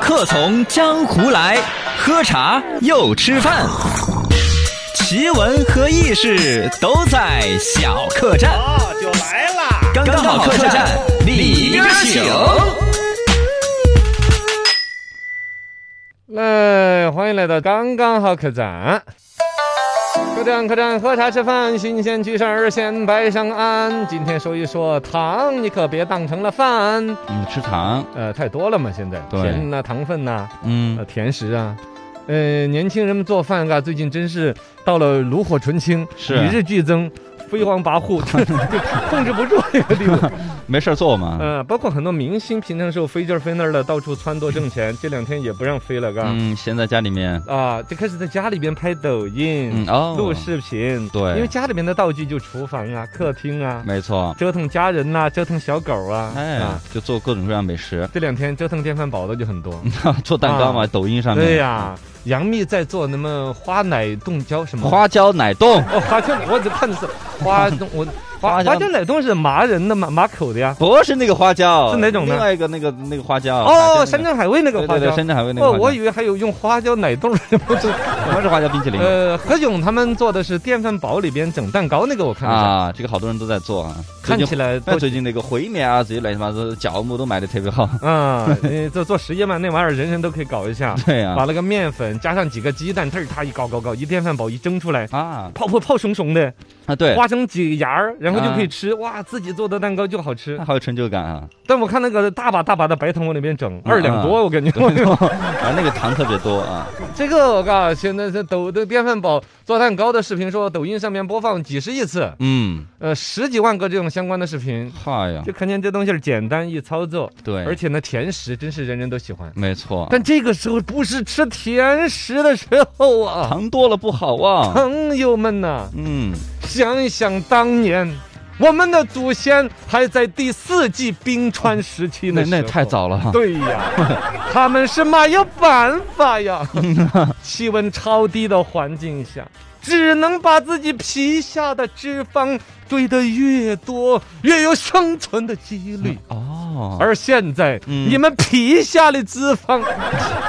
客从江湖来，喝茶又吃饭，奇闻和异事都在小客栈。哦，就来啦！刚刚好客栈，里边请。来，欢迎来到刚刚好客栈。客栈，客栈，喝茶吃饭，新鲜趣事儿先摆上岸。今天说一说糖，你可别当成了饭。嗯，吃糖，呃，太多了嘛，现在对甜呐、糖分呐、呃，嗯，甜食啊。呃，年轻人们做饭啊，最近真是到了炉火纯青，是与日俱增，飞黄跋 扈，就就控制不住这个地步。没事儿做嘛。呃，包括很多明星平常时候飞这儿飞那儿的，到处撺掇挣钱，这两天也不让飞了，嘎、嗯，先在家里面，啊，就开始在家里边拍抖音、嗯哦，录视频，对因为家里面的道具就厨房啊、客厅啊，没错，折腾家人呐、折腾小狗啊，哎啊，，就做各种各样美食， 这两天折腾电饭煲的就很多。做蛋糕嘛，啊抖音上面，对呀、杨幂在做那么花奶冻椒什么花椒奶冻，哦花椒，我只看的是花冻，我花花椒花椒奶冻是麻仁的麻麻口的呀。不是那个花椒，是哪种呢另外一个那个那个花椒，哦，山山珍海味那个对花对椒对，。山珍海味那个哦，花椒，我以为还有用花椒奶冻的， 不是。什么是花椒冰淇淋啊呃，何炅他们做的是电饭煲里边整蛋糕那个，我看了一下，啊？这个好多人都在做啊，最看近起来那都最近那个烩面啊，这些乱七八糟的酵母都卖的特别好， 啊， 呃做做实验嘛，那玩意儿人人都可以搞 一下，对啊呀把，那个面粉加上几个鸡蛋，嘚儿它一搞搞搞，一电饭煲一蒸出来。啊泡泡泡熊熊的，啊对，挖成几芽儿，然后就可以啊吃。哇，自己做的蛋糕就好吃。好有成就感啊，但我看那个大把大把的白糖往里面整，二两多，我感 觉。 啊那个糖特别多啊，这个我告现在这抖的电饭煲做蛋糕的视频，说抖音上面播放几十亿次，嗯，呃，十几万个这种相关的视频，嗨呀，就看见这东西儿简单易操作，对，而且呢，甜食真是人人都喜欢。没错，但这个时候不是吃甜食的时候啊，糖多了不好 啊。朋友们呐、嗯，想一想当年。我们的祖先还在第四纪冰川时期那呢，那太。早了哈。对 呀，他们是没有办法呀，气温超低的环境下，只能把自己皮下的脂肪堆得越多，越有生存的几率。哦，啊而现在，嗯你们皮下的脂肪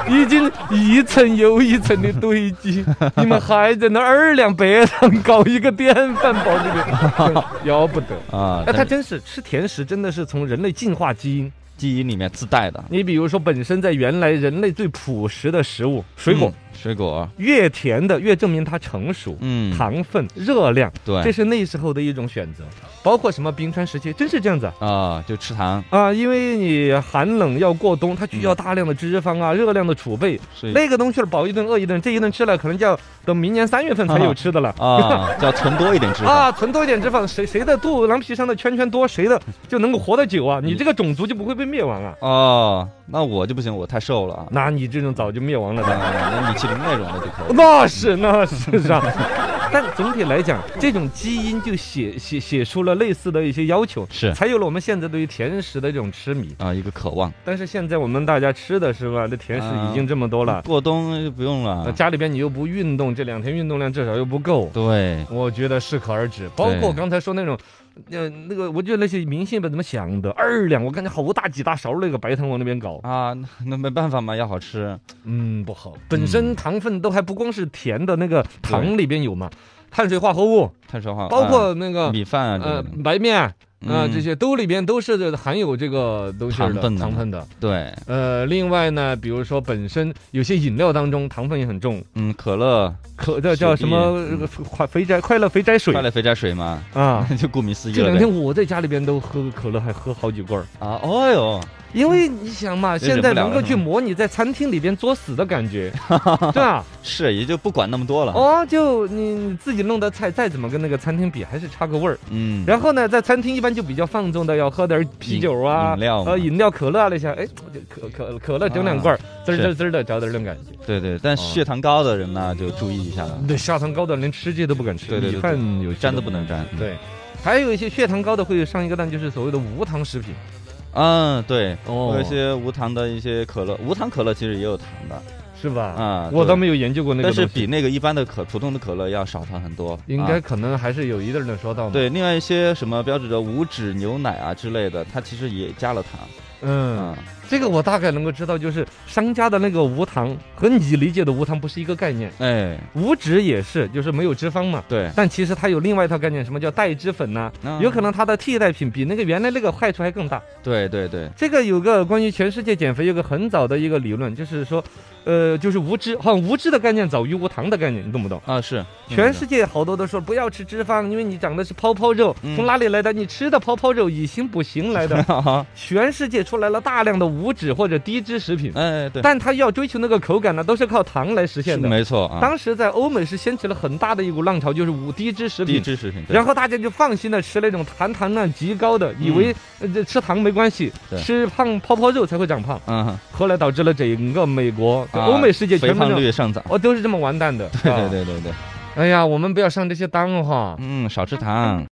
已经一层又一层的堆 积，你们还在那二两白糖搞一个电饭煲里 面，要不得。啊，哎，它它真是吃甜食，真的是从人类进化基因。基因里面自带的你比如说，本身在原来人类最朴实的食物水果，嗯水果，越甜的越证明它成熟，嗯，糖分、热量，对这是那时候的一种选择。包括什么冰川时期，真是这样子啊。啊，就吃糖，啊，因为你寒冷要过冬，它需要大量的脂肪啊、热量的储备。所以那个东西儿饱一顿饿一顿，这一顿吃了，可能就要等明年三月份才有吃的了。啊，就要存多一点脂肪。 啊，存多一点脂肪，谁谁的肚囊皮上的圈圈多，谁的就能够活得久啊！你这个种族就不会被灭亡啊！哦，那我就不行，我太瘦了啊，那你这种早就灭亡了啊的，那米其林那种的就可以。那是那是是啊。 但总体来讲，这种基因就写写写出了类似的一些要求，是才有了我们现在对于甜食的这种痴迷。啊，一个渴望。但是现在我们大家吃的是吧？这甜食已经这么多了，过冬就不用啊那了。家里边你又不运动，这两天运动量至少又不够，对，我觉得适可而止。包括刚才说那种，呃，那个，我觉得那些明星们怎么想的？二两，我感觉好大几大勺那个白糖往那边搞，啊，那那没办法嘛，要好吃。嗯，不好。本身糖分都还不光是甜的那个糖里边有嘛，碳水化合物，碳水化合物，包括嗯啊那个米饭啊之呃类的，白面啊嗯这些都里边都是含有这个东西糖分的的糖分的。对，呃，另外呢，比如说本身有些饮料当中糖分也很重，嗯，可乐，可叫叫什么嗯呃快肥宅快乐肥宅水快乐肥宅水嘛，啊。 就顾名思义这了两呗。天我在家里边都喝可乐，还喝好几罐儿，啊，哦哟，因为你想嘛，忍现不在了能了够是去吗模拟在餐厅里边作死的感 觉，对吧？是也就不管那么多了。哦，就你你自己弄的菜再怎么跟那个餐厅比，还是差个味儿。嗯，然后呢，在餐厅一般就比较放纵的，要喝点儿啤饮酒啊、饮料呃嘛饮料、可乐啊那些，哎，就可可可乐整两啊罐儿，滋儿滋是儿滋儿的，找点儿那种感觉。对对，哦但血糖高的人呢，就注意一下了，对，下糖高的连吃这都不敢吃，对对对米饭有沾都不能沾。嗯，对，还有一些血糖高的会上一个蛋，就是所谓的无糖食品。嗯，对，哦还有一些无糖的一些可乐，无糖可乐其实也有糖的，是吧？啊我对倒没有研究过那个但东西，是比那个一般的可普通的可乐要少糖很多。应该啊可能还是有一点儿能说到嘛。，对，另外一些什么标志着无脂牛奶啊之类的，它其实也加了糖嗯，啊，这个我大概能够知道，就是商家的那个无糖和你理解的无糖不是一个概念，哎，无脂也是，就是没有脂肪嘛。对，但其实它有另外一套概念，什么叫代脂粉呐、嗯有可能它的替代品比那个原来那个坏处还更大。对对对，这个有个关于全世界减肥有个很早的一个理论，就是说，呃，就是无脂，好像无脂的概念早于无糖的概念，你懂不懂？啊是，全世界好多都说不要吃脂肪，因为你长的是泡泡肉，嗯。从哪里来的？你吃的泡泡肉以形补形来的 啊，全世界出来了大量的无脂或者低脂食品，哎对，但它要追求那个口感呢，都是靠糖来实是现的。没错啊，当时在欧美是掀起了很大的一股浪潮，就是无低脂食低品。脂食品，对然后大家就放心的吃那种含糖量极高的，以为呃这吃糖没关系嗯对，吃胖泡泡肉才会长胖。嗯，后来导致了整个美国、就啊欧美世界肥全部啊胖都率上涨，哦都是这么完蛋的。 对啊对对对对，哎呀，我们不要上这些当哈。嗯，少吃糖。